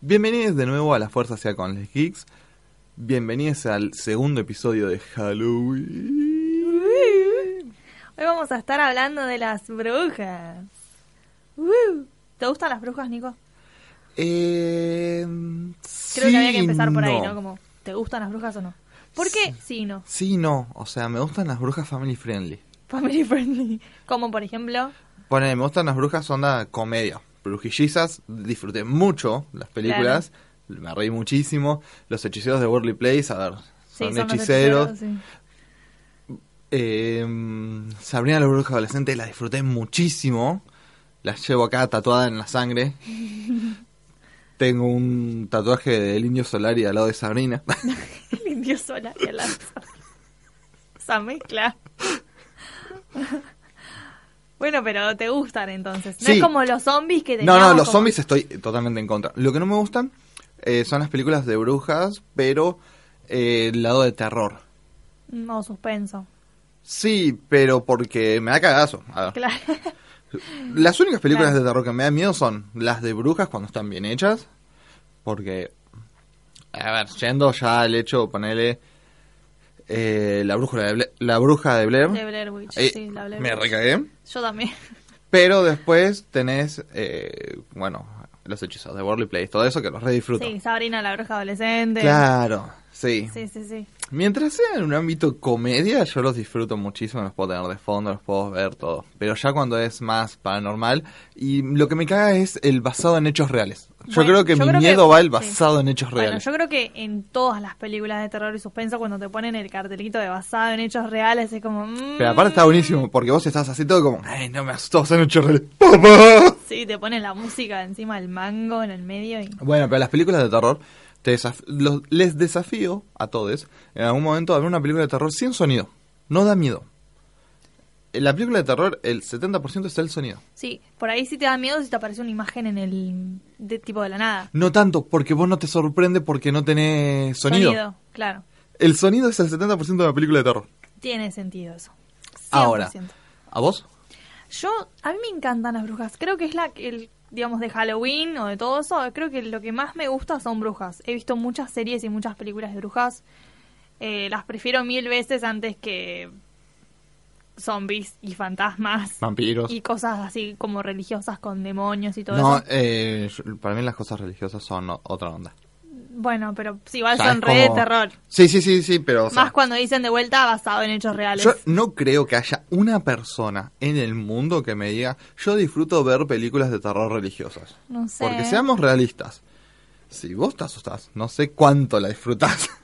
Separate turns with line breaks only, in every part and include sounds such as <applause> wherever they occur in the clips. Bienvenidos de nuevo a La Fuerza sea con Les Geeks. Bienvenidos al segundo episodio de Halloween.
<laughs> Hoy vamos a estar hablando de las brujas. Woo. ¿Te gustan las brujas, Nico?
Eh,
Creo que había que empezar por ahí, ¿no?
Como...
Como, ¿te gustan las brujas o no? ¿Por qué? Sí, no.
Sí, no. O sea, me gustan las brujas family friendly.
Family friendly. Como, por ejemplo,
Pone, me gustan las brujas onda comedia. Brujillizas, disfruté mucho las películas. Me reí muchísimo. Los hechiceros de Worldly Place, a ver,
sí,
son,
son los
hechiceros.
sí.
Eh, Sabrina la bruja adolescente la disfruté muchísimo. La llevo acá tatuada en la sangre. Tengo un tatuaje del indio Solari al lado de Sabrina. <laughs>
El indio sola y el lazo. Esa mezcla. Bueno, pero te gustan entonces. No
Sí.
es como los zombies que
no,
teníamos.
no, los
como-
zombies estoy totalmente en contra. Lo que no me gustan eh, son las películas de brujas, pero eh, el lado de terror.
No, suspenso.
Sí, pero porque me da cagazo. A ver,
Claro. <laughs>
Las únicas películas
Claro.
de terror que me dan miedo son las de brujas cuando están bien hechas. Porque, a ver, yendo ya al hecho, ponele eh, la, brújula de Bla- la bruja de Blair.
De Blair Witch,
Eh,
sí, la Blair
me
Witch.
recagué.
Yo también.
Pero después tenés, eh, bueno, los hechizos de Worldly Place, todo eso que los re disfruto.
Sí, Sabrina la bruja adolescente.
Claro, sí.
Sí, sí, sí.
Mientras sea en un ámbito comedia, yo los disfruto muchísimo, los puedo tener de fondo, los puedo ver todo. Pero ya cuando es más paranormal, y lo que me caga es el basado en hechos reales. Yo
Bueno,
creo que
yo
mi
creo que-
miedo va el
sí.
basado en hechos
Bueno,
reales.
yo creo que en todas las películas de terror y suspenso, cuando te ponen el cartelito de basado en hechos reales, es como. mm,
Pero aparte está buenísimo, porque vos estás así todo como, ay, no me asustó, son hechos reales.
<laughs>
¡Papá!
Sí, te ponen la música encima del mango en el medio y.
Bueno, pero las películas de terror, te desaf- los- les desafío a todos en algún momento a ver una película de terror sin sonido. No da miedo. En la película de terror, el 70% está el sonido.
Sí, por ahí sí te da miedo si te aparece una imagen en el. de tipo de la nada.
No tanto, porque vos no te sorprende porque no tenés sonido.
claro.
El sonido es el 70% de la película de terror.
Tiene sentido eso. 100%.
Ahora, ¿a vos?
Yo, a mí me encantan las brujas. Creo que es la que, el, digamos, de Halloween o de todo eso. Creo que lo que más me gusta son brujas. He visto muchas series y muchas películas de brujas. Eh, las prefiero mil veces antes que zombies y fantasmas
Vampiros.
y cosas así como religiosas con demonios y todo
pues. No,
eso.
eh, yo- para mí las cosas religiosas son o- otra onda.
Bueno, pero si igual
O sea,
Ah, son
es
re de
como-
terror.
Sí, sí, sí, sí, pero... o sea,
Más cuando dicen de vuelta basado en hechos reales.
yo no creo que haya una persona en el mundo que me diga, yo disfruto ver películas de terror religiosas.
no sé.
Porque seamos realistas. Si vos te asustás, no sé cuánto la disfrutás. <laughs>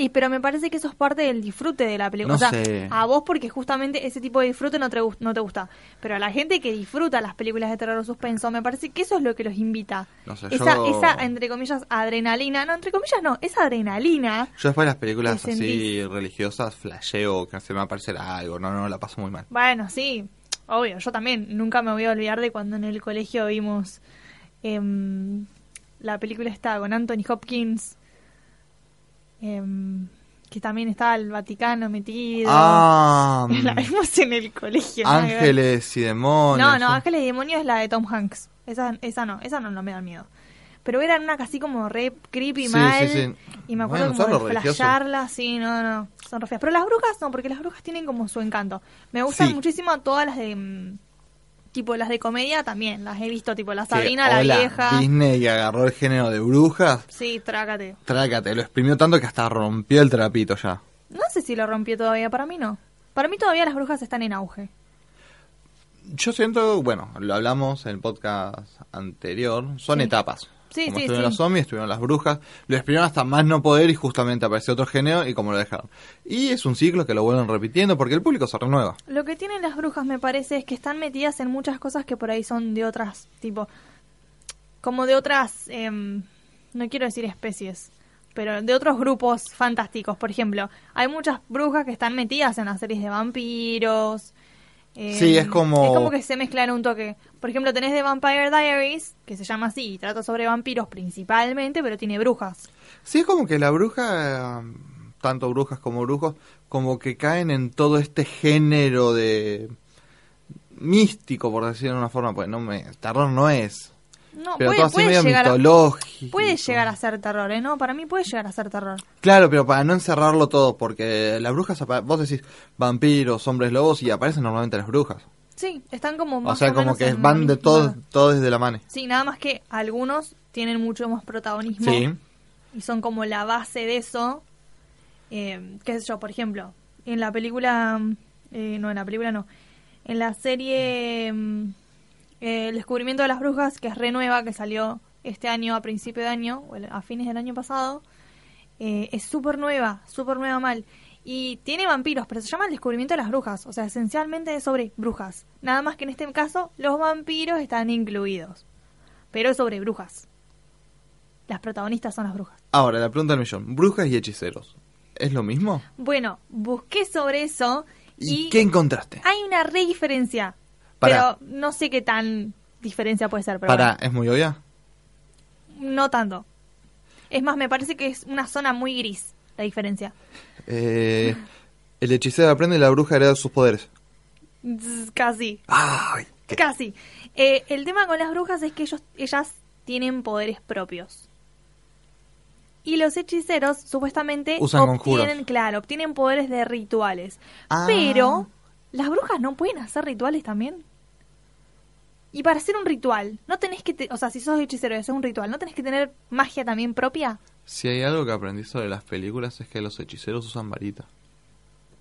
Y pero me parece que eso es parte del disfrute de la película.
No
o sea,
sé.
a vos porque justamente ese tipo de disfrute no te, gus- no te gusta. Pero a la gente que disfruta las películas de terror o suspenso, me parece que eso es lo que los invita.
No sé,
esa,
yo-
esa, entre comillas, adrenalina. No, entre comillas no, esa adrenalina.
Yo después de las películas
Te
así
sentís.
religiosas flasheo que se me va a aparecer algo. No, no, la paso muy mal.
Bueno, sí, obvio, yo también. Nunca me voy a olvidar de cuando en el colegio vimos em, la película esta con Anthony Hopkins. em, que también estaba el Vaticano metido.
Ah,
<laughs> La vimos en el colegio. nada que ver.
ángeles y demonios.
No, no, Ángeles y Demonios es la de Tom Hanks. Esa, esa no, esa no, no me da miedo. Pero era una casi como re creepy
Sí, sí,
mal.
sí.
Y me acuerdo
Bueno, son
como
los
de
religiosos.
flashearla, sí, no, no. Son re feas. Pero las brujas no, porque las brujas tienen como su encanto. Me gustan
Sí.
muchísimo todas las de. mm, Tipo las de comedia también. Las he visto, tipo la
Que,
Sabrina, la
hola,
vieja.
Disney que agarró el género de brujas.
Sí, trácate.
Trácate, lo exprimió tanto que hasta rompió el trapito ya.
No sé si lo rompió todavía, para mí no. Para mí todavía las brujas están en auge.
Yo siento, bueno, lo hablamos en el podcast anterior, son
Sí.
etapas.
Sí,
como
sí,
estuvieron
sí.
los zombies, estuvieron las brujas, lo exprimieron hasta más no poder y justamente apareció otro género y como lo dejaron. Y es un ciclo que lo vuelven repitiendo porque el público se renueva.
Lo que tienen las brujas, me parece, es que están metidas en muchas cosas que por ahí son de otras, tipo, como de otras, em, no quiero decir especies, pero de otros grupos fantásticos. Por ejemplo, hay muchas brujas que están metidas en las series de vampiros. eh,
Sí, es como-
Es como que se mezclan un toque. Por ejemplo, tenés The Vampire Diaries, que se llama así, y trata sobre vampiros principalmente, pero tiene brujas.
Sí, es como que la bruja, eh, tanto brujas como brujos, como que caen en todo este género de místico, por decirlo de una forma, pues no me, terror no es,
No,
pero todo
puede,
así
puede
medio
llegar a,
mitológico.
puede llegar a ser terror, ¿eh? No, para mí puede llegar a ser terror.
Claro, pero para no encerrarlo todo, porque las brujas, apa- vos decís vampiros, hombres lobos, y aparecen normalmente las brujas.
Sí, están como
O
más
sea,
o
como
menos
que
en la
van de
misma-
todos, todos de la mano.
Sí, nada más que algunos tienen mucho más protagonismo
Sí.
y son como la base de eso. Eh, qué sé yo, por ejemplo, en la película, eh, no, en la película no, en la serie mm, eh, El descubrimiento de las brujas, que es renueva, que salió este año a principio de año, o el- a fines del año pasado, eh, es súper nueva, súper nueva mal. Y tiene vampiros, pero se llama El descubrimiento de las brujas, o sea, esencialmente es sobre brujas. Nada más que en este caso los vampiros están incluidos, pero es sobre brujas. Las protagonistas son las brujas.
Ahora, la pregunta del millón, brujas y hechiceros, ¿es lo mismo?
Bueno, busqué sobre eso
¿Y,
y
qué encontraste?
hay una re diferencia.
Pará.
Pero no sé qué tan diferencia puede ser, pero
Para, ¿es muy obvia?
bueno, no tanto. Es más, me parece que es una zona muy gris la diferencia.
Eh, el hechicero aprende y la bruja hereda sus poderes.
Zzz, Casi,
Ay, qué-
casi. Eh, el tema con las brujas es que ellos, ellas tienen poderes propios. Y los hechiceros supuestamente
Usan conjuros.
obtienen, claro, obtienen poderes de rituales.
Ah.
Pero, ¿las brujas no pueden hacer rituales también? Y para hacer un ritual, no tenés que, te- o sea, si sos hechicero y haces un ritual, ¿no tenés que tener magia también propia?
Si hay algo que aprendí sobre las películas es que los hechiceros usan varita.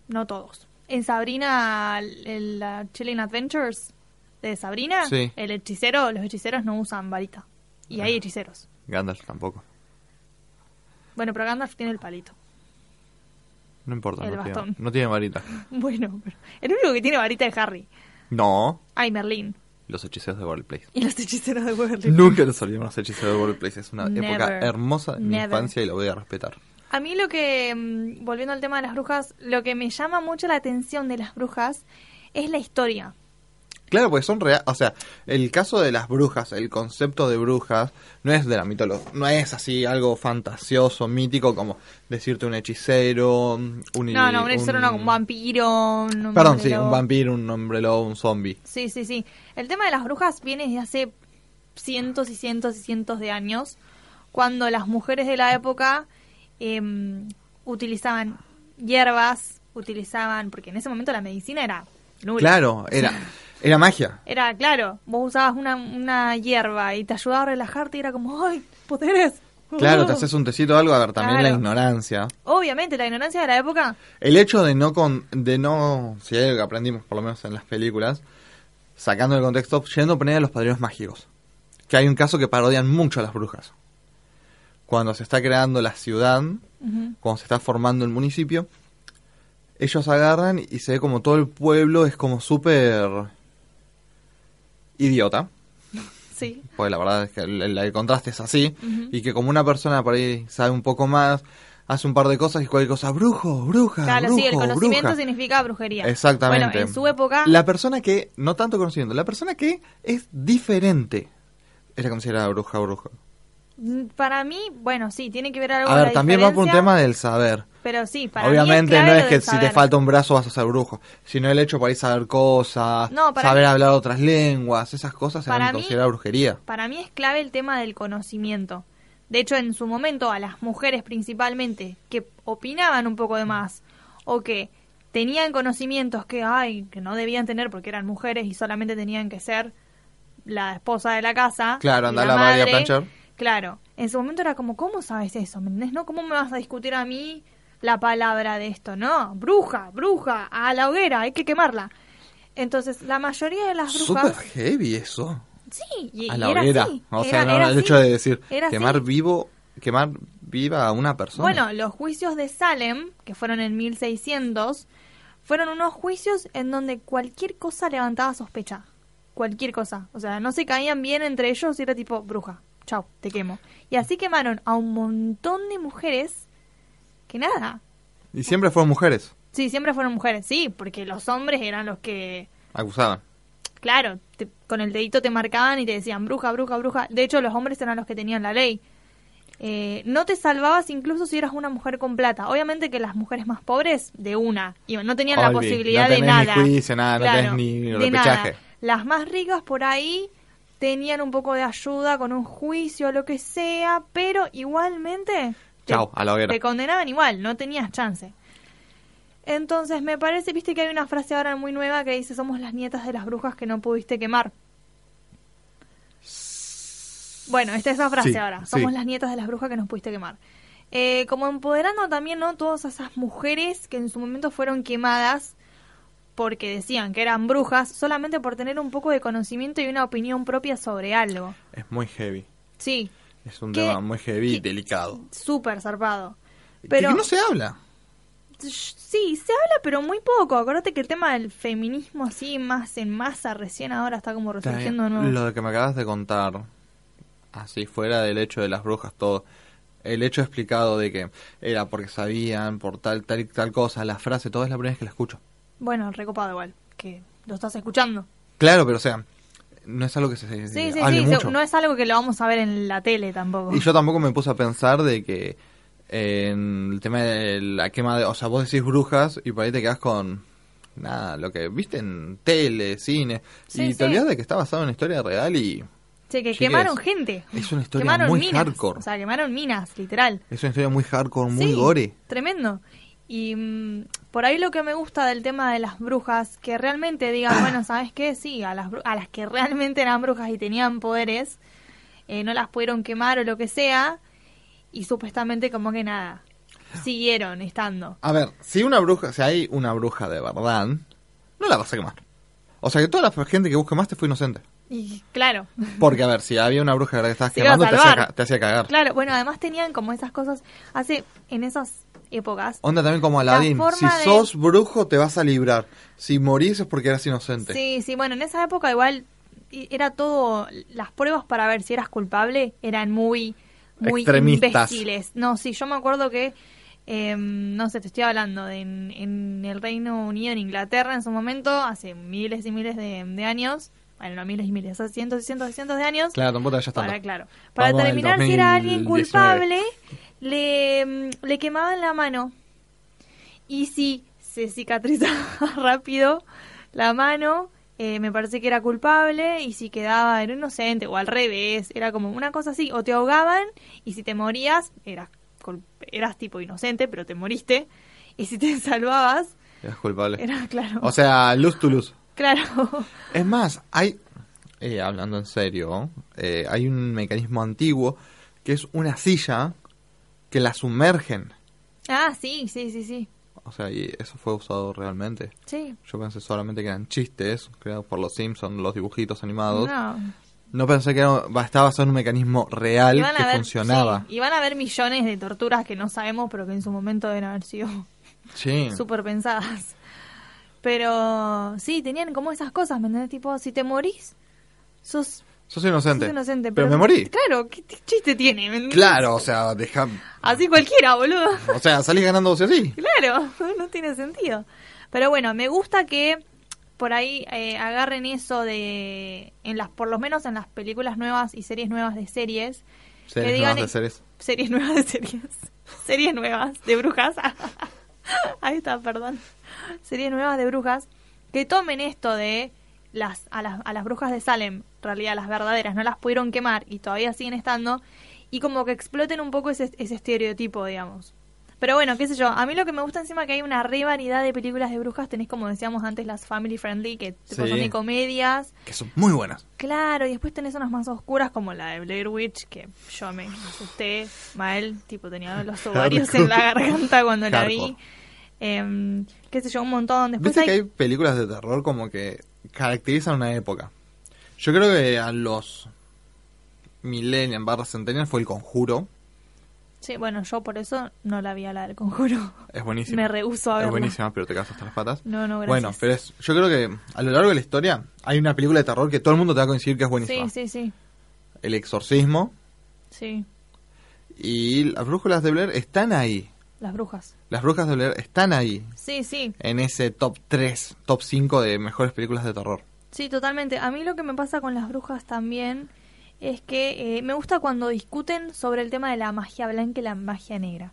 No todos. En Sabrina, el- la Chilling Adventures de Sabrina,
Sí. Ah.
el hechicero, los hechiceros no usan varita. Y hay hechiceros.
Gandalf tampoco.
Bueno, pero Gandalf tiene el palito. <laughs>
No importa,
El
no tiene,
bastón.
no tiene varita.
Bueno, pero el único que tiene varita es Harry.
No,
Ay, Merlín.
los hechiceros de World Place.
Y los hechiceros de Waverly.
Nunca nos salieron los hechiceros de World Place. Es una
Never.
época hermosa de mi
Never.
infancia y la voy a respetar.
A mí lo que, mm, volviendo al tema de las brujas, lo que me llama mucho la atención de las brujas es la historia.
Claro, porque son reales. O sea, el caso de las brujas, el concepto de brujas, no es de la mitología. No es así algo fantasioso, mítico, como decirte un hechicero, un.
No, no, un hechicero no, un vampiro. un hombre
Perdón, sí,
lobo.
un vampiro, un hombre lobo, un zombie.
Sí, sí, sí. El tema de las brujas viene desde hace cientos y cientos y cientos de años, cuando las mujeres de la época em, utilizaban hierbas, utilizaban, porque en ese momento la medicina era nula.
Claro, era,
<laughs>
era magia.
Era, claro, vos usabas una, una hierba y te ayudaba a relajarte y era como, ¡ay, poderes!
Claro, te haces un tecito o algo, a ver, también la
Uh. Claro.
ignorancia.
Obviamente, la ignorancia de la época,
El hecho de no con, de no, si hay algo que aprendimos por lo menos en las películas, sacando el contexto, yendo a poner a los padrinos mágicos. Que hay un caso que parodian mucho a las brujas. Cuando se está creando la ciudad, cuando se está formando el municipio, ellos agarran y se ve como todo el pueblo es como súper idiota.
sí.
Porque Pues la verdad es que el, el- el contraste es así. Y que como una persona por ahí sabe un poco más, hace un par de cosas y cualquier cosa, brujo, bruja.
Claro, sí, el
Ah, brujo,
conocimiento
bruja".
significa brujería.
Exactamente.
Bueno, en su época,
La persona que, no tanto conociendo, la persona que es diferente era considerada bruja o brujo.
mm, para mí, bueno, sí, tiene que ver algo
A
con
ver,
la
también va por un
diferencia,
tema del saber.
Pero sí, para mí es
Obviamente
clave
no
lo
es que
del
si te
saber.
falta un brazo vas a ser brujo, sino el hecho por ahí saber cosas,
No, para
saber
mí-
hablar otras lenguas, esas cosas se
Para
van a
mí-
considerar brujería.
Para mí es clave el tema del conocimiento. De hecho, en su momento, a las mujeres principalmente, que opinaban un poco de más, o que tenían conocimientos que, ay, que no debían tener porque eran mujeres y solamente tenían que ser la esposa de la casa.
Claro,
y
andá a lavar y a
madre.
planchar.
Claro. En su momento era como, ¿cómo sabes eso? ¿Me entendés? ¿No? ¿Cómo me vas a discutir a mí la palabra de esto? No, bruja, bruja, a la hoguera, hay que quemarla. Entonces, la mayoría de las
Súper
brujas...
heavy eso.
Sí, y,
a la
y era
hoguera.
así,
O sea,
era-
no,
era
el
así,
hecho de decir
era
quemar
así.
vivo, quemar viva a una persona.
Bueno, los juicios de Salem, que fueron en 1600, fueron unos juicios en donde cualquier cosa levantaba sospecha. Cualquier cosa. O sea, no se caían bien entre ellos y era tipo bruja. chau, te quemo. Y así quemaron a un montón de mujeres que nada.
Y siempre fueron mujeres,
Sí, siempre fueron mujeres, sí, porque los hombres eran los que,
acusadas.
claro, te- con el dedito te marcaban y te decían bruja, bruja, bruja. De hecho, los hombres eran los que tenían la ley. Eh, no te salvabas incluso si eras una mujer con plata. Obviamente que las mujeres más pobres, de una, y no tenían la
Olvi,
posibilidad
no
de
tenés ni
nada.
juicio, nada, no tenés ni
de nada.
repechaje.
Las más ricas por ahí tenían un poco de ayuda con un juicio, lo que sea, pero igualmente te-
Chau, a la hoguera.
te condenaban igual, no tenías chance. Entonces me parece, viste que hay una frase ahora muy nueva que dice somos las nietas de las brujas que no pudiste quemar. Bueno, esta es la frase
Sí,
ahora. Somos
sí.
las nietas de las brujas que nos pudiste quemar. Eh, como empoderando también, ¿no? Todas esas mujeres que en su momento fueron quemadas porque decían que eran brujas solamente por tener un poco de conocimiento y una opinión propia sobre algo.
Es muy heavy.
Sí,
Es un
¿Qué?
tema muy heavy y
¿Qué?
delicado.
súper zarpado.
Pero
Pero
no se habla.
sí, se habla, pero muy poco. Acuérdate que el tema del feminismo así más en masa recién ahora está como resurgiendo de nuevo.
Lo que me acabas de contar, así fuera del hecho de las brujas, todo. El hecho explicado de que era porque sabían, por tal, tal y tal cosa, la frase, todo es la primera vez que la escucho.
Bueno, recopado igual, que lo estás escuchando.
Claro, pero o sea, no es algo que se, se
Sí, sí,
hable
sí, se-
mucho.
no es algo que lo vamos a ver en la tele tampoco.
Y yo tampoco me puse a pensar de que eh, en el tema de la quema de... O sea, vos decís brujas y por ahí te quedás con... Nada, lo que viste en tele, cine.
Sí,
y
sí.
te olvidás de que está basado en una historia real y
Sí, que
Chiques,
quemaron gente.
es una historia
Quemaron
muy
minas.
hardcore.
O sea, quemaron minas, literal.
es una historia muy hardcore, muy
Sí,
gore.
Tremendo. Y mm, por ahí lo que me gusta del tema de las brujas, que
<coughs>
realmente digan, bueno, ¿sabes qué? Sí, a las, bru- a las que realmente eran brujas y tenían poderes, eh, no las pudieron quemar o lo que sea, y supuestamente como que nada, siguieron estando.
A ver, si una bruja, si hay una bruja de verdad, no la vas a quemar. O sea que toda la gente que vos quemaste fue inocente.
Y claro, <laughs>
Porque, a ver, si había una bruja que estabas
Se iba a
quemando, te hacía,
salvar.
ca- te hacía cagar.
claro, bueno, además tenían como esas cosas, hace, en esas épocas,
Onda también como
La
Aladín. Si
forma de-
sos brujo, te vas a librar. Si morís es porque eras inocente.
Sí, sí, bueno, en esa época igual i- era todo, las pruebas para ver si eras culpable eran muy, muy
Extremistas.
imbéciles. No, sí, yo me acuerdo que, em, no sé, te estoy hablando, de en, en el Reino Unido, en Inglaterra, en su momento, hace miles y miles de, de años, bueno, no miles y miles, hace cientos y cientos y cientos de años,
Claro, tampoco te vayas tanto.
para, claro, para
Vamos al
determinar si era alguien
2019.
culpable, le, mm, le quemaban la mano. Y si se cicatrizaba <laughs> rápido la mano, eh, me parece que era culpable. Y si quedaba, era inocente, o al revés, era como una cosa así. O te ahogaban, y si te morías, eras, cul- eras tipo inocente, pero te moriste. Y si te <laughs> salvabas,
Eras culpable.
era claro.
O sea, luz tu luz.
claro. <laughs>
Es más, hay, eh, hablando en serio, eh, hay un mecanismo antiguo que es una silla que la sumergen.
ah, sí, sí, sí, sí.
O sea, y eso fue usado realmente.
Sí.
Yo pensé solamente que eran chistes creados por los Simpsons, los dibujitos animados. No,
No.
pensé que era, estaba en un mecanismo real
Iban a
que
haber-
funcionaba.
sí, iban a haber millones de torturas que no sabemos, pero que en su momento deben haber sido
Sí.
súper pensadas. Pero sí, tenían como esas cosas, ¿me entendés? Tipo, si te morís, sos,
Sos inocente.
sos inocente.
Pero, me morí.
Claro, ¿qué t- chiste tiene? ¿me entendés?
Claro, o sea, deja,
Así cualquiera, boludo. <laughs>
o sea, salís ganando vos y así.
Claro, <laughs> no tiene sentido. Pero bueno, me gusta que por ahí eh, agarren eso de, en las, por lo menos en las películas nuevas y series nuevas de series,
Series
digan-
nuevas de series.
series nuevas de series. <laughs> Series nuevas de brujas. <laughs> Ahí está, perdón. Series nuevas de brujas que tomen esto de las a, las a las brujas de Salem, en realidad las verdaderas, no las pudieron quemar y todavía siguen estando y como que exploten un poco ese, ese estereotipo, digamos. Pero bueno, qué sé yo, a mí lo que me gusta encima que hay una re variedad de películas de brujas, tenés como decíamos antes las family friendly que tipo,
Sí.
son de comedias,
Que son muy buenas.
Claro, y después tenés unas más oscuras como la de Blair Witch, que yo me asusté mal, tipo tenía
<laughs>
los ovarios en la garganta cuando la vi.
Hardcore.
Em, qué sé yo, un montón. Después
Viste que
hay-
hay películas de terror como que caracterizan una época. Yo creo que a los millennials barra centennials fue el conjuro.
Sí, bueno, yo por eso no la vi a la del conjuro. <laughs>
Es buenísima.
Me rehúso a verla.
Es buenísima, pero te cagas hasta las patas.
No, no, gracias.
Bueno, pero es- yo creo que a lo largo de la historia hay una película de terror que todo el mundo te va a coincidir que es buenísima.
Sí, sí, sí.
El exorcismo,
Sí,
Y las brújulas de Blair están ahí.
las brujas.
Las brujas de Blair están ahí.
Sí, sí,
En ese top 3, top 5 de mejores películas de terror.
sí, totalmente. A mí lo que me pasa con las brujas también es que eh, me gusta cuando discuten sobre el tema de la magia blanca y la magia negra.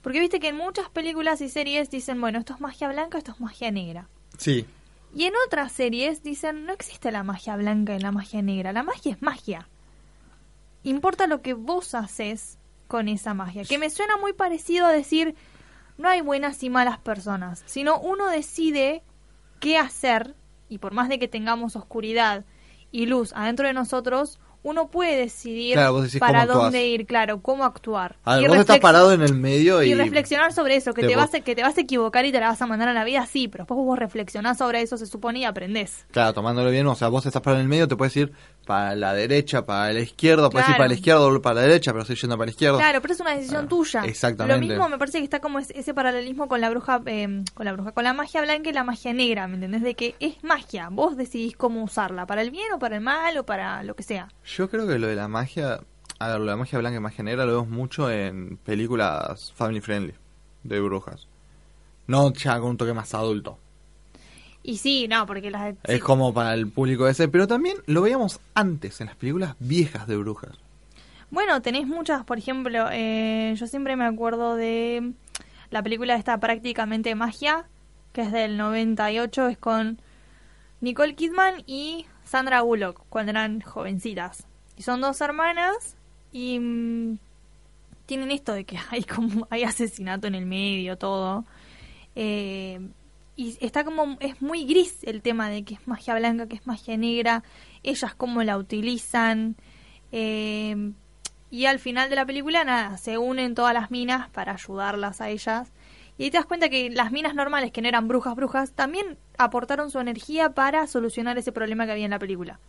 Porque viste que en muchas películas y series dicen, bueno, esto es magia blanca, esto es magia negra.
Sí.
Y en otras series dicen, no existe la magia blanca y la magia negra, la magia es magia. Importa lo que vos haces con esa magia, que me suena muy parecido a decir, no hay buenas y malas personas, sino uno decide qué hacer, y por más de que tengamos oscuridad y luz adentro de nosotros, uno puede decidir
Claro, vos decís
para
cómo actuás.
dónde ir, claro, cómo actuar.
A ver,
Y
vos estás
reflex-
parado en el medio y...
y reflexionar sobre eso, que
te
te, vas
vos-
a, que te vas a equivocar y te la vas a mandar a la vida, sí, pero después vos reflexionás sobre eso, se supone, y aprendés.
Claro, tomándolo bien, o sea, vos estás parado en el medio, te puedes ir para la derecha, para la izquierda, puedes ir
Claro.
para la izquierda, volver para la derecha, pero estoy yendo para la izquierda.
Claro, pero es una decisión
Ah,
tuya.
exactamente.
Lo mismo me parece que está como es- ese paralelismo con la bruja, eh, con la bruja, con la magia blanca y la magia negra, ¿me entendés? De que es magia, vos decidís cómo usarla, para el bien o para el mal o para lo que sea.
Yo creo que lo de la magia, a ver, lo de la magia blanca y magia negra lo vemos mucho en películas family friendly de brujas. No ya con un toque más adulto.
Y sí, no, porque las...
Es
sí.
como para el público ese, pero también lo veíamos antes en las películas viejas de brujas.
Bueno, tenés muchas, por ejemplo, eh, yo siempre me acuerdo de la película esta prácticamente magia, que es del 98, es con Nicole Kidman y Sandra Bullock, cuando eran jovencitas. Y son dos hermanas y mm, tienen esto de que <laughs> hay como hay asesinato en el medio, todo. Eh, y está como, es muy gris el tema de que es magia blanca, que es magia negra, ellas cómo la utilizan. Eh, y al final de la película, nada, se unen todas las minas para ayudarlas a ellas. Y ahí te das cuenta que las minas normales, que no eran brujas, brujas, también aportaron su energía para solucionar ese problema que había en la película.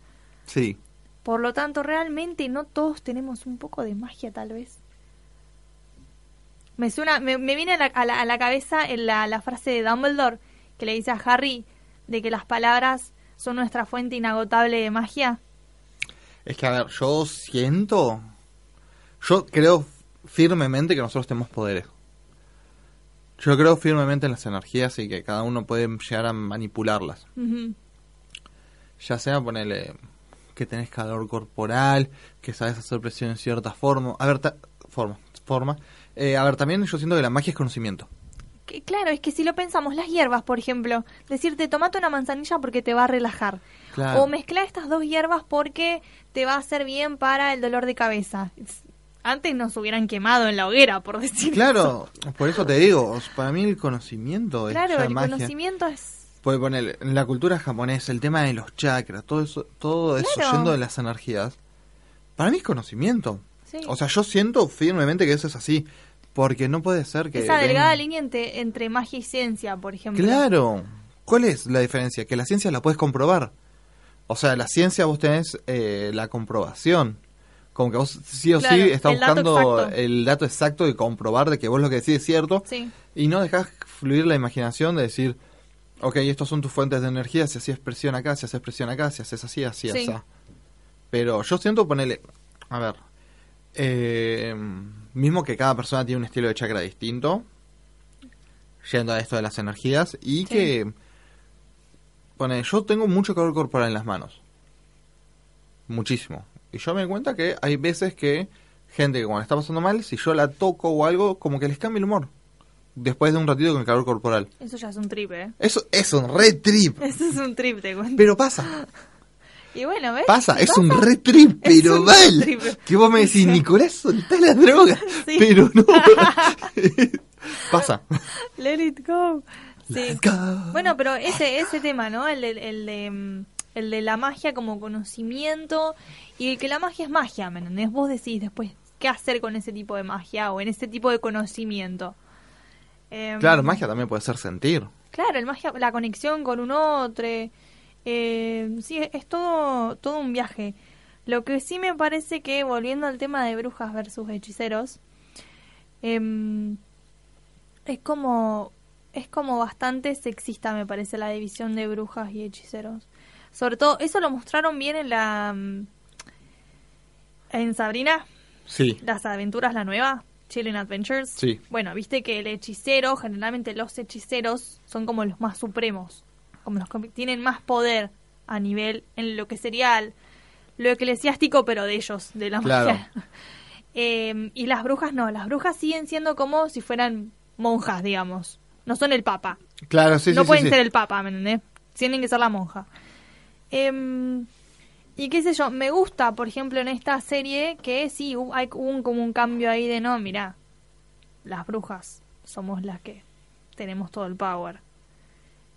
Sí.
Por lo tanto, realmente no todos tenemos un poco de magia, tal vez. Me suena, me, me viene a la, a la- a la cabeza en la, la frase de Dumbledore que le dice a Harry de que las palabras son nuestra fuente inagotable de magia.
Es que, a ver, yo siento. Yo creo firmemente que nosotros tenemos poderes. Yo creo firmemente en las energías y que cada uno puede llegar a manipularlas.
Ujú.
Ya sea ponerle que tenés calor corporal, que sabes hacer presión en cierta forma. A ver, ta- forma. forma. Eh, a ver, también yo siento que la magia es conocimiento.
Que, claro, es que si lo pensamos, las hierbas, por ejemplo, decirte tomate una manzanilla porque te va a relajar.
Claro.
O mezcla estas dos hierbas porque te va a hacer bien para el dolor de cabeza. Es- Antes nos hubieran quemado en la hoguera, por decir eso.
Claro, por eso te digo, para mí el conocimiento es
Claro,
ya
el
magia.
conocimiento es...
Puede poner en la cultura japonesa el tema de los chakras, todo eso, todo eso
Claro.
yendo de las energías. Para mí es conocimiento.
sí.
O sea, yo siento firmemente que eso es así, porque no puede ser que
Esa
den-
delgada línea entre, entre magia y ciencia, por ejemplo.
Claro. ¿Cuál es la diferencia? Que la ciencia la puedes comprobar. O sea, la ciencia vos tenés eh, la comprobación. Como que vos sí o
Claro,
sí estás
el dato
buscando
exacto.
el dato exacto de comprobar de que vos lo que decís es cierto
Sí.
y no dejas fluir la imaginación de decir, ok, estos son tus fuentes de energía, si hacías presión acá, si haces presión acá, si haces así, así,
Sí.
así. Pero yo siento ponerle, a ver, eh, mismo que cada persona tiene un estilo de chakra distinto, yendo a esto de las energías, y
Sí.
que, pone, yo tengo mucho calor corporal en las manos, muchísimo. Y yo me doy cuenta que hay veces que gente que cuando está pasando mal, si yo la toco o algo, como que les cambia el humor después de un ratito con el calor corporal.
Eso ya es un trip, ¿eh? <laughs>
Eso es un re trip.
Eso es un trip, te cuento.
Pero pasa,
Y bueno, ¿ves?
pasa, es un re trip,
Es
pero
un
mal.
re trip.
Que vos me decís, Nicolás, soltá la droga.
<laughs> Sí.
Pero no. pasa.
Let it go. Sí.
Let's go.
Bueno, pero ese ese tema, ¿no? El de, el de, mm, el de la magia como conocimiento y el que la magia es magia, ¿me entendés? Vos decís después qué hacer con ese tipo de magia o en ese tipo de conocimiento. Em,
Claro, magia también puede ser sentir.
Claro, el magia, la conexión con un otro. eh, sí, es todo, todo un viaje. Lo que sí me parece que, volviendo al tema de brujas versus hechiceros, em, es como es como bastante sexista, me parece, la división de brujas y hechiceros. Sobre todo, eso lo mostraron bien em, en la... mm, en Sabrina,
Sí.
Las aventuras, la nueva, Chilling Adventures.
Sí.
Bueno, viste que el hechicero, generalmente los hechiceros son como los más supremos, como los que tienen más poder a nivel en lo que sería el- lo eclesiástico, pero de ellos, de la
Claro.
magia. <laughs> Eh, y las brujas no, las brujas siguen siendo como si fueran monjas, digamos. No son el papa.
Claro, sí,
no
sí,
pueden
sí, sí.
ser el papa, ¿me entendés? Tienen que ser la monja. Em, y qué sé yo, me gusta, por ejemplo, en esta serie que sí, hu- hay un, como un cambio ahí de no, mirá, las brujas somos las que tenemos todo el power.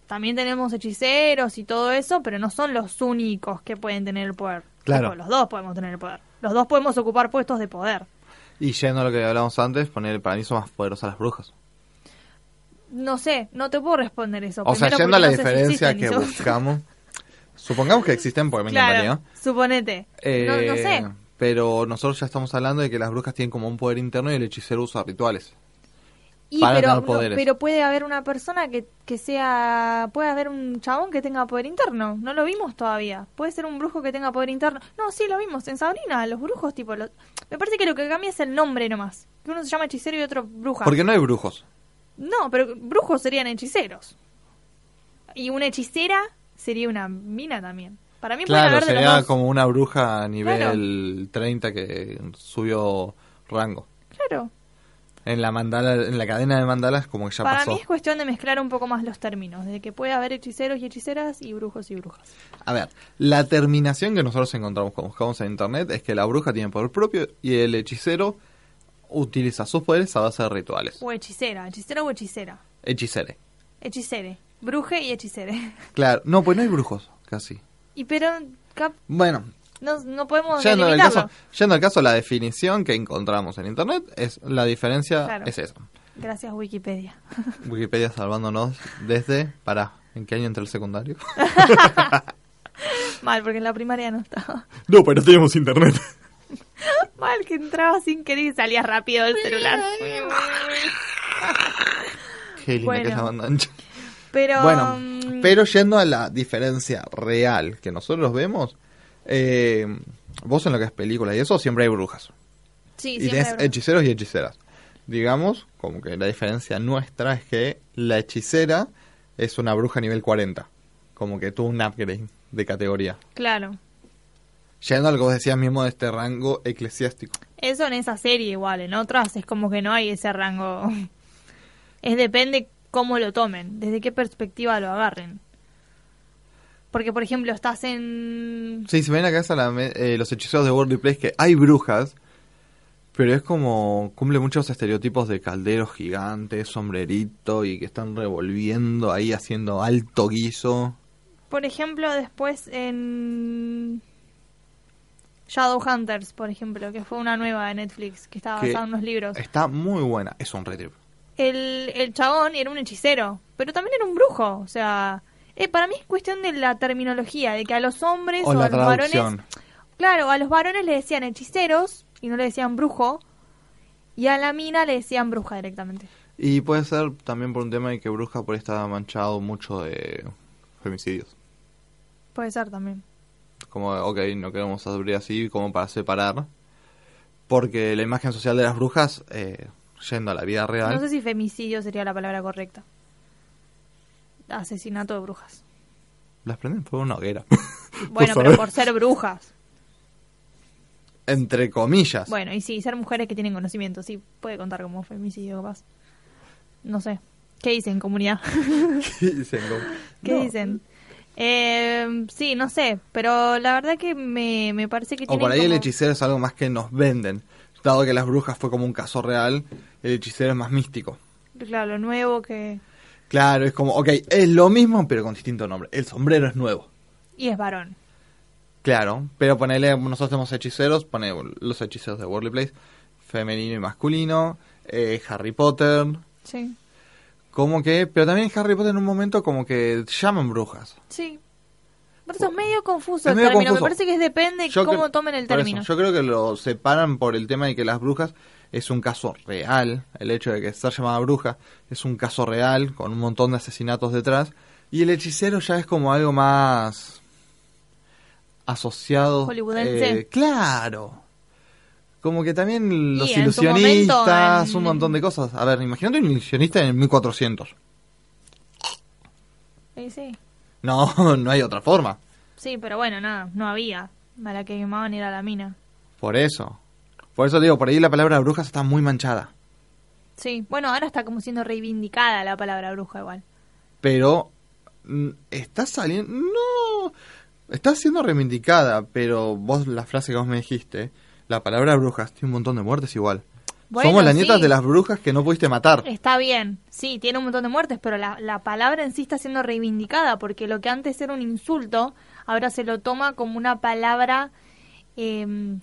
También tenemos hechiceros y todo eso, pero no son los únicos que pueden tener el poder.
Claro.
Ojo, los dos podemos tener el poder. Los dos podemos ocupar puestos de poder.
Y yendo a lo que hablamos antes, poner, para mí son más poderosas las brujas.
No sé, no te puedo responder eso.
O sea,
Primero
yendo a
porque
la
no sé si
diferencia
existen, y
que
segundo-
buscamos, supongamos que existen, porque me encantaría.
Claro, suponete. no, no
Eh,
sé.
Pero nosotros ya estamos hablando de que las brujas tienen como un poder interno y el hechicero usa rituales.
Y
para
pero,
tener
no,
poderes.
pero puede haber una persona que, que sea. Puede haber un chabón que tenga poder interno. No lo vimos todavía. Puede ser un brujo que tenga poder interno. No, sí, lo vimos. En Sabrina, los brujos, tipo. los- Me parece que lo que cambia es el nombre nomás. Que uno se llama hechicero y otro bruja.
Porque no hay brujos.
No, pero brujos serían hechiceros. Y una hechicera sería una mina también. Para mí puede
Claro,
haber de los
sería
dos.
como una bruja a nivel 30 que subió rango.
Claro.
En la mandala, en la cadena de mandalas como que ya
Para
pasó.
mí es cuestión de mezclar un poco más los términos. De que puede haber hechiceros y hechiceras y brujos y brujas.
A ver, la terminación que nosotros encontramos cuando buscamos en internet es que la bruja tiene poder propio y el hechicero utiliza sus poderes a base de rituales.
O hechicera, hechicera o hechicera.
Hechicere.
Hechicere. Bruje y hechicere. <laughs>
Claro, no, pues no hay brujos, casi.
Y pero cap-
Bueno,
no, no podemos
yendo al,
delimitarlo.
caso, yendo al caso, la definición que encontramos en internet es la diferencia
Claro.
es esa.
Gracias Wikipedia. <laughs>
Wikipedia salvándonos desde, para, ¿en qué año entré el secundario? <laughs>
Mal, porque en la primaria no estaba. <laughs>
No, pero teníamos internet.
Mal que entraba sin querer y salía rápido del celular.
Qué linda que es la
Bueno.
banda ancha.
Pero
Bueno,
mm,
pero yendo a la diferencia real que nosotros vemos, eh, vos en lo que es película y eso, siempre hay brujas.
sí,
Y,
siempre
tenés
habrá-
hechiceros y hechiceras. Digamos, como que la diferencia nuestra es que la hechicera es una bruja nivel 40. Como que tuvo un upgrade de categoría.
claro.
Yendo a lo que vos decías mismo de este rango eclesiástico.
Eso en esa serie igual, en otras es como que no hay ese rango. <laughs> Es depende cómo lo tomen, desde qué perspectiva lo agarren. Porque por ejemplo, estás en
Sí, se me viene a la cabeza la me- eh, los hechiceros de World Place que hay brujas, pero es como cumple muchos estereotipos de calderos gigantes, sombrerito y que están revolviendo ahí haciendo alto guiso.
Por ejemplo, después en Shadowhunters, por ejemplo, que fue una nueva de Netflix, que estaba
Que-
basada Ah, en unos libros.
Está muy buena, es un retrip.
El, el chabón era un hechicero, pero también era un brujo. O sea, eh, para mí es cuestión de la terminología, de que a los hombres o,
O la
a los varones...
traducción.
Claro, a los varones le decían hechiceros y no le decían brujo, y a la mina le decían bruja directamente.
Y puede ser también por un tema de que bruja por ahí está manchado mucho de femicidios.
Puede ser también.
Como, ok, no queremos abrir así como para separar. Porque la imagen social de las brujas, eh, yendo a la vida real,
No sé si femicidio sería la palabra correcta. Asesinato de brujas.
las prenden por una hoguera. <laughs>
Bueno,
Por
pero
favor.
por ser brujas.
<laughs> Entre comillas.
Bueno, y sí, ser mujeres que tienen conocimiento, sí, puede contar como femicidio, capaz. No sé. ¿Qué dicen,
<laughs>
comunidad? <laughs>
¿Qué dicen? Como-
¿Qué
No.
dicen? Eh, sí, no sé, pero la verdad que me, me parece que
O
tienen
por ahí el
como-
hechicero es algo más que nos venden. Dado que las brujas fue como un caso real, el hechicero es más místico.
Claro, lo nuevo que...
Claro, es como, ok, es lo mismo, pero con distinto nombre. El sombrero es nuevo.
Y es varón.
Claro, pero ponele, nosotros tenemos hechiceros, pone los hechiceros de Worldly Place, femenino y masculino, eh, Harry Potter,
Sí,
como que, pero también en Harry Potter en un momento como que llaman brujas.
sí. Por eso es medio confuso
Es
el
medio
término,
confuso.
me parece que es depende
Yo
cómo
cre-
tomen el
por eso,
término.
yo creo que lo separan por el tema de que las brujas es un caso real, el hecho de que ser llamada bruja es un caso real con un montón de asesinatos detrás y el hechicero ya es como algo más asociado
Hollywoodense.
eh, claro. Como que también los
en su
ilusionistas,
momento, en-
un montón de cosas. A ver, imagínate un ilusionista en el 1400.
Sí, sí.
No, <laughs> no hay otra forma.
Sí, pero bueno, nada, no había. A la que quemaban era la mina.
Por eso. Por eso digo, por ahí la palabra brujas está muy manchada.
Sí, bueno, ahora está como siendo reivindicada la palabra bruja igual.
Pero mm, está saliendo... No. Está siendo reivindicada, pero vos, la frase que vos me dijiste, la palabra brujas tiene un montón de muertes igual.
Bueno,
Somos las
sí.
nietas de las brujas que no pudiste matar.
Está bien, sí, tiene un montón de muertes, pero la, la palabra en sí está siendo reivindicada, porque lo que antes era un insulto, ahora se lo toma como una palabra eh,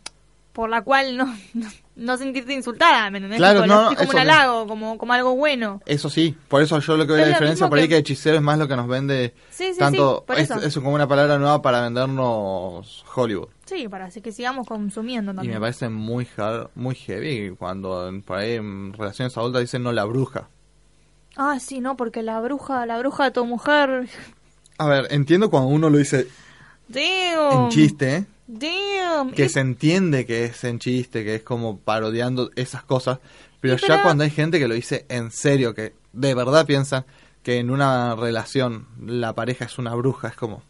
por la cual no, no, no sentirte insultada, ¿me entendés?
Claro,
Tipo,
no,
lo
no,
sentís como un
eso que-
halago, como, como algo bueno.
Eso sí, por eso yo lo que veo
Es
la
lo
diferencia
mismo
por ahí
que-
que hechicero es más lo que nos vende
Sí, sí,
tanto
sí, por
es,
eso.
es como una palabra nueva para vendernos Hollywood.
Sí, para así que sigamos consumiendo
Y
también.
me parece muy hard- muy heavy cuando en- por ahí en relaciones adultas dicen no la bruja.
Ah, sí, no, porque la bruja, la bruja de tu mujer.
A ver, entiendo cuando uno lo dice <laughs>
Damn.
en chiste, ¿eh?
Damn.
que
Y-
se entiende que es en chiste, que es como parodiando esas cosas, pero
Y
ya
pero-
cuando hay gente que lo dice en serio, que de verdad piensan que en una relación la pareja es una bruja, es como...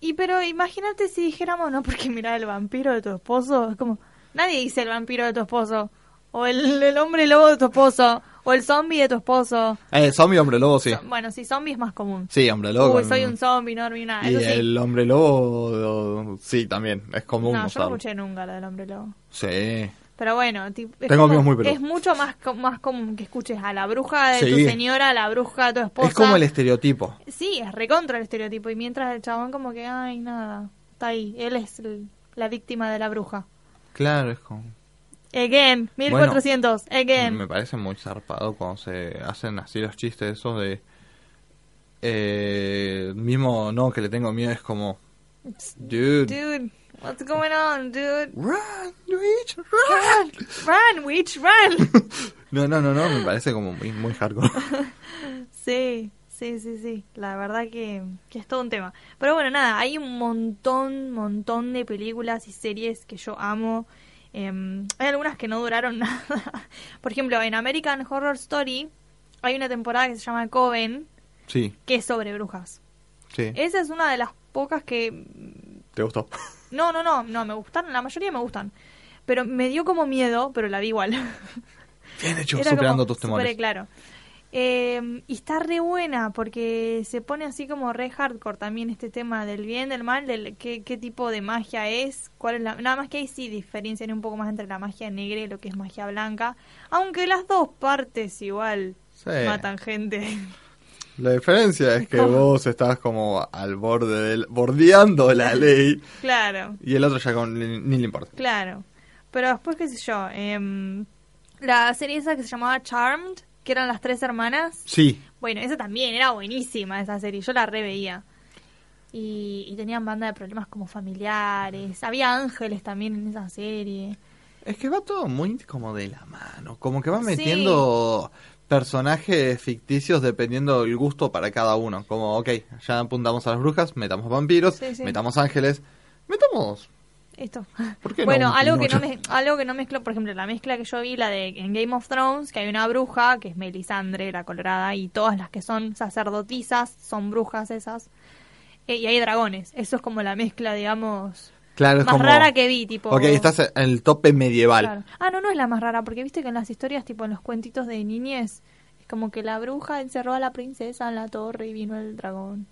Y pero imagínate si dijéramos, no, porque mira, el vampiro de tu esposo, es como, nadie dice el vampiro de tu esposo, o el, el hombre lobo de tu esposo, o el zombie de tu esposo.
Eh, zombie, hombre lobo, sí.
Bueno, sí, zombie es más común.
Sí, hombre lobo.
Uy,
con-
soy un zombie, no dormí nada.
Y
Eso sí.
el hombre lobo, o- sí, también, es común
No, yo no
usarlo.
escuché nunca la del hombre lobo.
Sí.
Pero bueno, ti- es,
Tengo amigos muy peludos.
es mucho más, co- más común que escuches a la bruja de tu
Sí.
señora, a la bruja de tu esposa.
Es como el estereotipo.
Sí, es recontra el estereotipo. Y mientras el chabón como que, ay, nada, está ahí. Él es el- la víctima de la bruja.
Claro, es como...
Again, 1400, again.
Me parece muy zarpado cuando se hacen así los chistes esos de... Eh, mismo, no, que le tengo miedo, es como... Dude.
Dude, what's going on, dude?
Run, bitch, run. <laughs>
Run, witch, run.
No, no, no, no, me parece como muy, muy hardcore. <laughs>
sí, sí, sí, sí. La verdad que, que es todo un tema. Pero bueno, nada, hay un montón, montón de películas y series que yo amo. Em, hay algunas que no duraron <laughs> nada. Por ejemplo, en American Horror Story hay una temporada que se llama Coven,
Sí,
que es sobre brujas.
sí.
Esa es una de las pocas que
¿Te gustó? <laughs>
No, no, no, no, me gustaron, la mayoría me gustan. Pero me dio como miedo, pero la vi igual. <laughs>
Bien hecho,
Era
superando
como
tus temores.
súper claro. Eh, y está re buena porque se pone así como re hardcore también este tema del bien, del mal, del qué, qué tipo de magia es, cuál es la... Nada más que ahí sí diferencian un poco más entre la magia negra y lo que es magia blanca. Aunque las dos partes igual
Sí.
matan gente. <laughs>
La diferencia es que vos estás como al borde del... bordeando la ley
claro.
y el otro ya con, ni, ni le importa.
Claro. Pero después, qué sé yo, em, la serie esa que se llamaba Charmed, que eran las tres hermanas.
Sí,
Bueno, esa también era buenísima, esa serie. Yo la reveía. Y, y tenían banda de problemas como familiares. Había ángeles también en esa serie.
es que va todo muy como de la mano, como que va
Sí.
metiendo personajes ficticios dependiendo del gusto para cada uno. Como, ok, ya apuntamos a las brujas, metamos vampiros,
Sí, sí.
metamos ángeles, metamos...
Esto.
¿Por qué no
bueno,
un
algo, que no
Pinocho?
mez- algo que no mezcló, por ejemplo, la mezcla que yo vi, la de en Game of Thrones, que hay una bruja, que es Melisandre, la colorada, y todas las que son sacerdotisas son brujas esas. Eh, y hay dragones. Eso es como la mezcla, digamos,
Claro, es
más
como-
rara que vi, tipo.
Ok, estás en el tope medieval.
Claro. Ah, no, no es la más rara, porque viste que en las historias, tipo en los cuentitos de niñez, es como que la bruja encerró a la princesa en la torre y vino el dragón.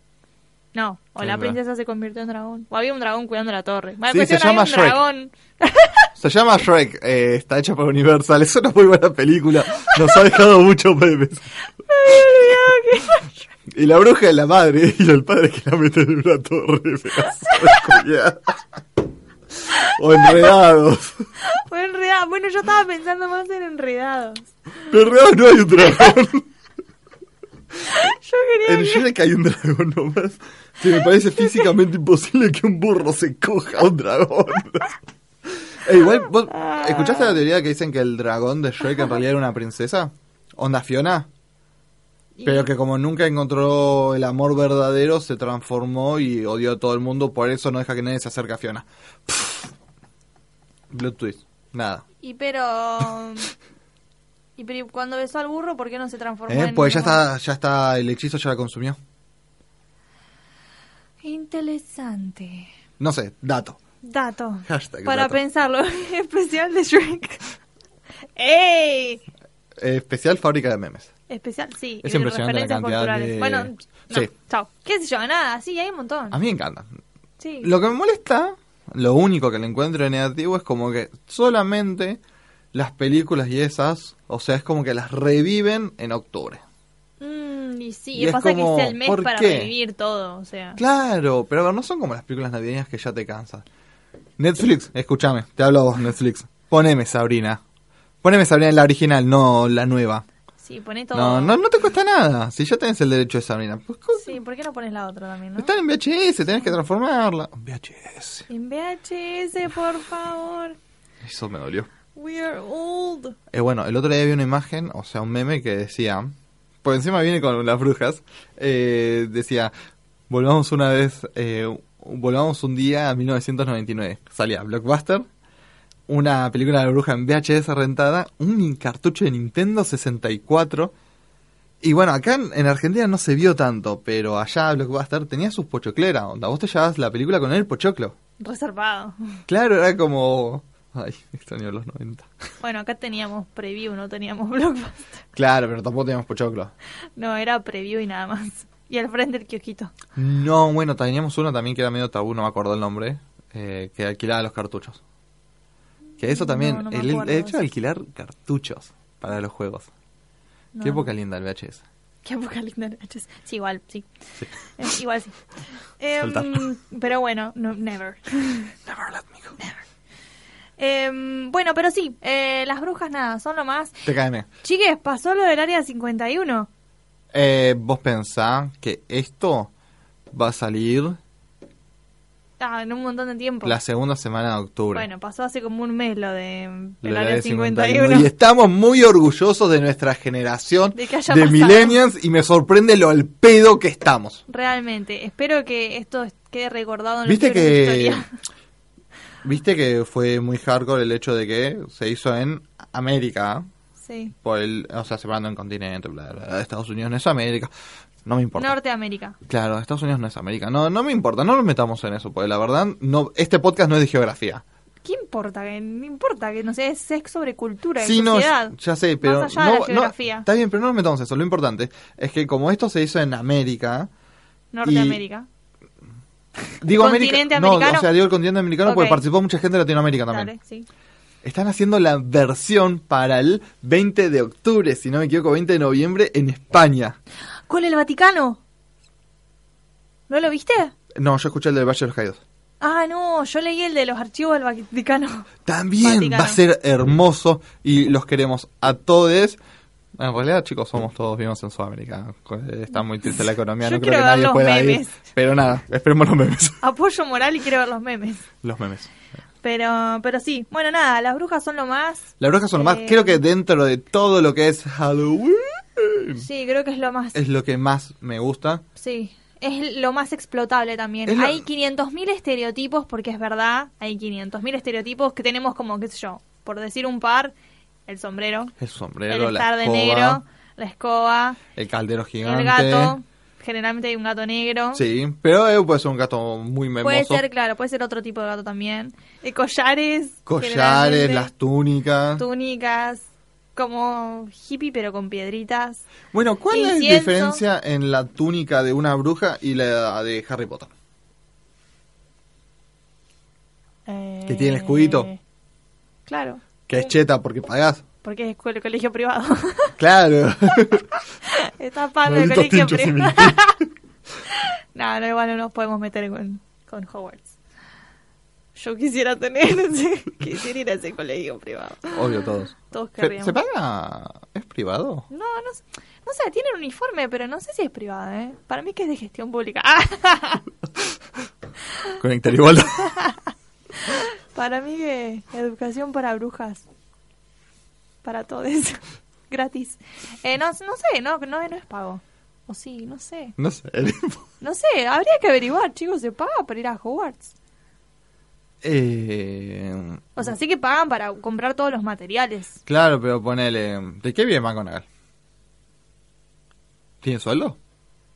No, o
Sí,
la
es verdad.
princesa se convirtió en dragón. O había un dragón cuidando la torre. Bueno,
Sí,
cuestión,
se llama
había un
Shrek.
dragón. <laughs>
Se llama Shrek, eh, está hecha por Universal, es una muy buena película, nos ha dejado mucho memes.
Me había olvidado que-
Y la bruja es la madre <laughs> y el padre que la mete en una torre. <laughs> pedazo de culiao. o enredados.
Fue enredado. Bueno, yo estaba pensando más en enredados.
Pero enredados no hay un dragón. <laughs>
Yo quería.
En Shrek hay un dragón nomás. Que me parece físicamente imposible que un burro se coja a un dragón. E igual, ¿vos escuchaste la teoría que dicen que el dragón de Shrek en realidad era una princesa? ¿Onda Fiona?
Y-
Pero que como nunca encontró el amor verdadero, se transformó y odió a todo el mundo, por eso no deja que nadie se acerque a Fiona. Pff. Blue twist. Nada.
Y pero. y pero cuando besó al burro, ¿por qué no se transformó
Eh,
en.?
Pues ya
humano?
está, ya está, el hechizo ya la consumió.
Interesante.
No sé, dato.
Dato.
Hashtag
Para
dato.
pensarlo. <laughs> Especial de Shrek. ¡Ey!
Eh, especial fábrica de memes.
Especial, sí.
Es
y de
impresionante la
referencias
cantidad
culturales.
de-
Bueno, no,
Sí.
chao. ¿Qué sé yo? Nada, sí, hay un montón.
A mí me encanta.
Sí.
Lo que me molesta, lo único que le encuentro de negativo es como que solamente las películas y esas, o sea, es como que las reviven en octubre.
Mm, y sí,
Y es
pasa
como,
que es el mes
¿por
para
qué?
revivir todo, o sea.
Claro, pero a ver, no son como las películas navideñas que ya te cansan. Netflix, escúchame, te hablo a vos, Netflix. Poneme Sabrina. Poneme Sabrina en la original, no la nueva.
Sí, poné todo.
No, no, no te cuesta nada. Si ya tenés el derecho de Sabrina, pues co-
Sí, ¿por qué no pones la otra también, no?
está en VHS, tenés que transformarla. VHS.
En VHS, por favor.
Eso me dolió.
We're old.
Eh, bueno, el otro día vi una imagen, o sea, un meme que decía, por encima viene con las brujas, eh, decía, volvamos una vez, eh, volvamos un día a 1999. Salía Blockbuster, una película de bruja en VHS rentada, un cartucho de Nintendo 64. Y bueno, acá en, en Argentina no se vio tanto, pero allá Blockbuster tenía sus pochocleras, onda, vos te llevabas la película con el pochoclo.
Reservado.
Claro, era como... Ay, extraño los 90.
Bueno, acá teníamos preview, no teníamos <laughs> blockbuster.
Claro, pero tampoco teníamos pochoclo.
No, era preview y nada más. Y al frente el kiosquito.
No, bueno, teníamos uno también que era medio tabú, no me acuerdo el nombre, eh, que alquilaba los cartuchos. Que eso también,
No, no me
el, el
acuerdo
hecho de
eso.
alquilar cartuchos para los juegos.
No,
Qué época linda el VHS.
Qué época linda de VHS. Sí, igual, sí.
<laughs>
Eh, igual, sí. Em,
Soltar.
pero bueno, no, never.
<laughs> Never let me go.
Em, bueno, pero sí, eh, las brujas nada, son lo más.
TKM,
Chiques, pasó lo del área 51.
eh, ¿vos pensás que esto va a salir
Ah, en un montón de tiempo.
la segunda semana de octubre?
Bueno, pasó hace como un mes lo de mm,
Lo
el
de
área
la
51.
Y estamos muy orgullosos de nuestra generación
De que haya
de
pasado.
millennials y me sorprende lo al pedo que estamos.
<laughs> Realmente, espero que esto es- quede recordado en
Viste
los libros de
que
historia.
<laughs> viste que fue muy hardcore el hecho de que se hizo en América
Sí.
por el, o sea, separando el continente, bla, bla, bla, Estados Unidos no es América. No me importa.
Norteamérica.
Claro, Estados Unidos no es América. No, no me importa, no nos metamos en eso, porque la verdad no este podcast no es de geografía.
¿Qué importa? Que No importa que no sé, es es sobre cultura,
Sí,
y
no,
sociedad.
ya sé, pero
Más allá
no,
de la
no-
geografía.
está bien, pero no nos metamos en eso. Lo importante es que como esto se hizo en América,
Norteamérica.
digo
continente
América, no,
americano?
o sea, digo el continente americano porque
Ok.
participó mucha gente de Latinoamérica también.
Dale, sí.
Están haciendo la versión para el 20 de octubre, si no me equivoco, 20 de noviembre en España.
Con el Vaticano. ¿No lo viste?
No, yo escuché el del Valle de los Caídos.
Ah, no, yo leí el de los archivos del Vaticano. <laughs>
También
Vaticano.
va a ser hermoso y los queremos a todos. En realidad, chicos, somos todos vivimos en Sudamérica. Está muy triste la economía,
Yo
no creo
quiero
que
ver
nadie
los
pueda ir.
memes.
Pero nada, esperemos los memes.
Apoyo moral y quiero ver los memes.
<laughs> Los memes.
Pero, pero sí, bueno, nada, las brujas son lo más.
La bruja son más,
Eh.
creo que dentro de todo lo que es Halloween,
Sí, creo que es lo más.
es lo que más me gusta.
Sí, es lo más explotable también.
Es lo-
Hay 500.000 estereotipos, porque es verdad, hay 500.000 estereotipos que tenemos como, qué sé yo, por decir un par, el sombrero,
El sombrero,
el
la
estar de
escoba,
negro, la escoba,
el caldero gigante.
el gato. Generalmente hay un gato negro.
Sí, pero eh, puede ser un gato muy memoso.
Puede ser, claro, puede ser otro tipo de gato también. Eh, collares.
Collares,
generalmente,
las túnicas.
túnicas, como hippie pero con piedritas.
bueno, ¿cuál es la
Incienso.
diferencia en la túnica de una bruja y la de Harry Potter? Que tiene el escudito.
Eh, Claro,
Que es cheta porque pagás.
porque es co- el colegio privado. <laughs>
Claro.
Está pagando el
Malditos
colegio
tinchos y
privado.
milicos.
<laughs> no, no, igual no nos podemos meter con, con Hogwarts. Yo quisiera tener, ese- <laughs> quisiera ir a ese colegio privado.
Obvio todos.
Todos
¿Se,
querríamos.
se paga? ¿Es privado?
No, no, s- no sé, tienen uniforme, pero no sé si es privado, ¿eh? Para mí que es de gestión pública. <laughs>
Conectar igual.
Para mí que educación para brujas. Para todos. <laughs> Gratis. Eh, no, no sé, no, no, no es pago. O sí, no sé.
<laughs> no sé.
No sé, habría que averiguar, chicos, ¿se paga para ir a Hogwarts?
Eh,
O sea, sí que pagan para comprar todos los materiales.
claro, pero ponele. ¿De qué vive McGonagall? ¿Tiene sueldo?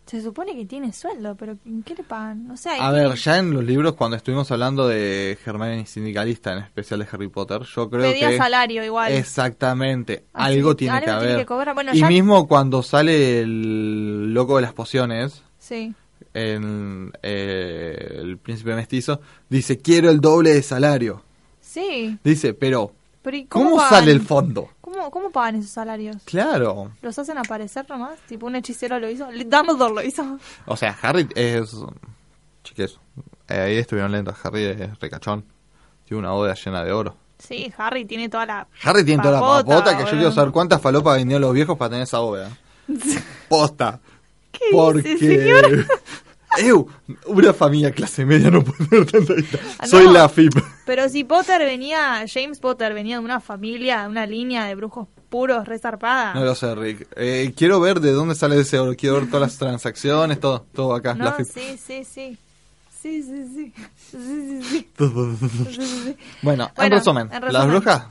Se supone que tiene sueldo, pero ¿en qué le pagan? No sé. hay
A
que-
ver, ya en los libros, cuando estuvimos hablando de Germán y Sindicalista, en especial de Harry Potter, yo creo
Pedía
que.
salario igual.
Exactamente,
Así
algo
que
tiene
algo
que
tiene
haber.
que cobrar. Bueno,
y
ya-
mismo cuando sale el loco de las pociones,
Sí.
en, eh, el príncipe mestizo, dice: Quiero el doble de salario.
Sí.
Dice, pero,
Pero ¿y
¿cómo,
pagan?
sale el fondo?
¿Cómo, ¿Cómo pagan esos salarios?
Claro.
¿Los hacen aparecer nomás? Tipo, un hechicero lo hizo. Dumbledore lo hizo.
O sea, Harry es. Chiques, eh, ahí estuvieron lentos. Harry es recachón. Tiene una boda llena de oro.
Sí, Harry tiene toda la.
Harry tiene toda la
Papota,
papota que yo
boludo.
quiero saber cuántas falopas vendían los viejos para tener esa
<laughs>
bóveda. Posta.
¿Qué
Porque.
dice, señor?
<laughs> Ew, una familia clase media no puede tener tanta guita.
Ah,
Soy
no.
la FIP.
Pero si Potter venía, James Potter venía de una familia, de una línea de brujos puros, resarpada.
No lo sé, Rick. Eh, quiero ver de dónde sale ese oro. Quiero ver todas las transacciones, todo, todo acá.
No,
la FIP.
sí, sí, sí. Sí, sí, sí. Sí, sí, sí. Sí, sí, sí.
<laughs> Bueno, en
Bueno,
resumen,
en
las
resumen.
brujas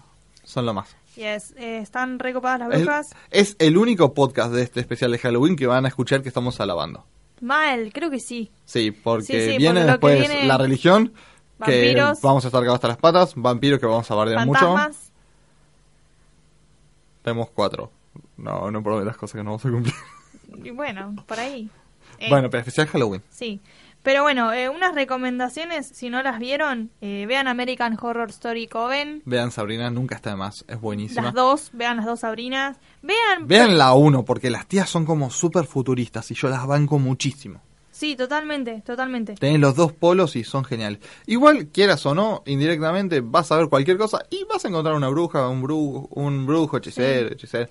son lo más.
Yes, eh, están recopadas las
Es-
brujas.
Es, el único podcast de este especial de Halloween que van a escuchar que estamos alabando.
Mal, creo que sí.
Sí, porque
Sí, sí,
viene
porque lo
después
que viene-
la religión,
Vampiros.
que vamos a estar cagados hasta las patas, vampiros que vamos a bardear mucho.
Fantasmas.
Tenemos cuatro. No, no prometas cosas que no vamos a cumplir.
Y bueno, por ahí. <laughs> Eh,
Bueno, pero especial Halloween.
Sí. Pero bueno, eh, unas recomendaciones, si no las vieron, eh, vean American Horror Story Coven.
Vean Sabrina, nunca está de más, es buenísima.
Las dos, vean las dos Sabrinas. Vean.
Vean la uno, porque las tías son como súper futuristas y yo las banco muchísimo.
Sí, totalmente, totalmente.
Tenés los dos polos y son geniales. Igual, quieras o no, indirectamente vas a ver cualquier cosa y vas a encontrar una bruja, un brujo, un brujo, hechicero, hechicero.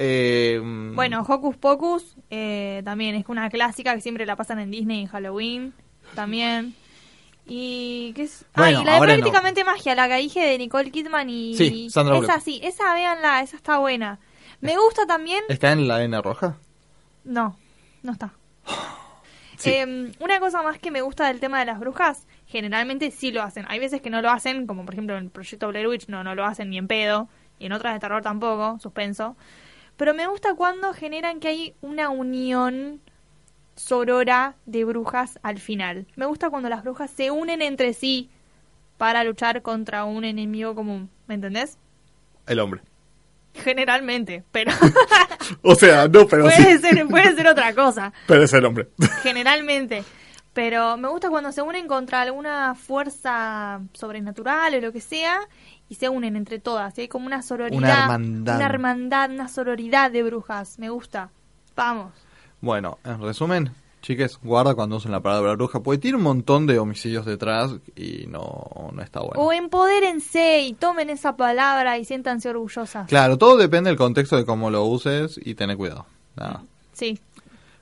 Eh, mm,
Bueno, Hocus Pocus eh, también es una clásica que siempre la pasan en Disney en Halloween también. Y qué es Ah,
Bueno,
y la de
ahora no.
prácticamente magia, la que dije de Nicole Kidman y
Sí, Sandra Bullock.
esa sí, esa véanla, esa está buena. Me gusta también.
¿Está en la vena roja?
No, no está.
Sí.
Eh, una cosa más que me gusta del tema de las brujas, generalmente sí lo hacen. Hay veces que no lo hacen, como por ejemplo en el proyecto Blair Witch, no, no lo hacen ni en pedo. Y en otras de terror tampoco, suspenso. Pero me gusta cuando generan que hay una unión sorora de brujas al final. Me gusta cuando las brujas se unen entre sí para luchar contra un enemigo común. ¿Me entendés? <laughs>
El hombre.
Generalmente, pero
O sea, no, pero
<laughs> puede ser, puede ser otra cosa.
Pero es el hombre. <laughs>
generalmente. Pero me gusta cuando se unen contra alguna fuerza sobrenatural o lo que sea y se unen entre todas. Y hay como una sororidad.
Una hermandad.
Una hermandad, una sororidad de brujas. Me gusta. Vamos.
Bueno, en resumen, chiques, guarda cuando usen la palabra bruja, porque tiene un montón de homicidios detrás y no, no está bueno.
O empodérense y tomen esa palabra y siéntanse orgullosas.
Claro, todo depende del contexto de cómo lo uses y tener cuidado. Nada.
Sí.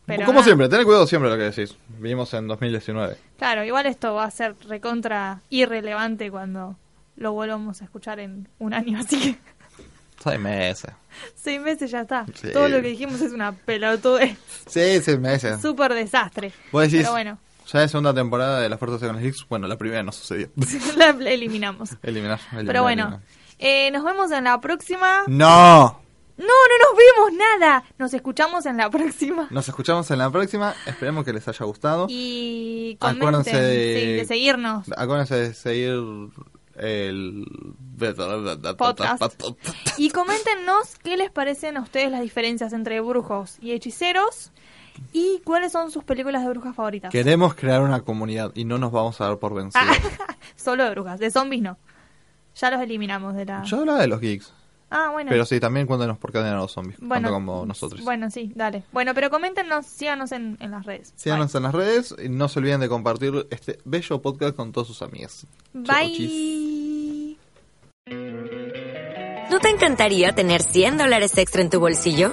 Pero
Como
nada.
siempre, tener cuidado siempre lo que decís. Vivimos en 2019.
Claro, igual esto va a ser recontra irrelevante cuando lo volvamos a escuchar en un año. <laughs> Así que
Seis meses.
seis meses ya está.
Sí.
Todo lo que dijimos es una pelotudez.
Sí, seis meses.
Súper desastre.
Vos decís,
Pero bueno, <laughs>
ya es segunda temporada de la Fuerza Second Leaks. Bueno, la primera no sucedió. <laughs>
la eliminamos.
Eliminar. eliminar,
Pero bueno,
eliminar.
eh, nos vemos en la próxima. No,
¡No!
no nos vemos nada. Nos escuchamos en la próxima.
Nos escuchamos en la próxima. Esperemos que les haya gustado.
Y comenten,
Acuérdense de-
sí, de seguirnos.
Acuérdense de seguir el
Podcast. Y coméntenos qué les parecen a ustedes las diferencias entre brujos y hechiceros y cuáles son sus películas de brujas favoritas.
Queremos crear una comunidad y no nos vamos a dar por vencidos.
Ah. Solo de brujas, de zombies no. Ya los eliminamos de la...
Yo hablaba de los geeks,
Ah, bueno.
pero sí, también cuéntanos por qué eran los zombies,
bueno,
tanto como nosotros.
Bueno, sí, dale. Bueno, pero coméntenos, síganos en, en las redes.
Síganos en las redes y no se olviden de compartir este bello podcast con todos sus amigas. Chau,
Bye.
chis.
Bye.
¿No te encantaría tener 100 dólares extra en tu bolsillo?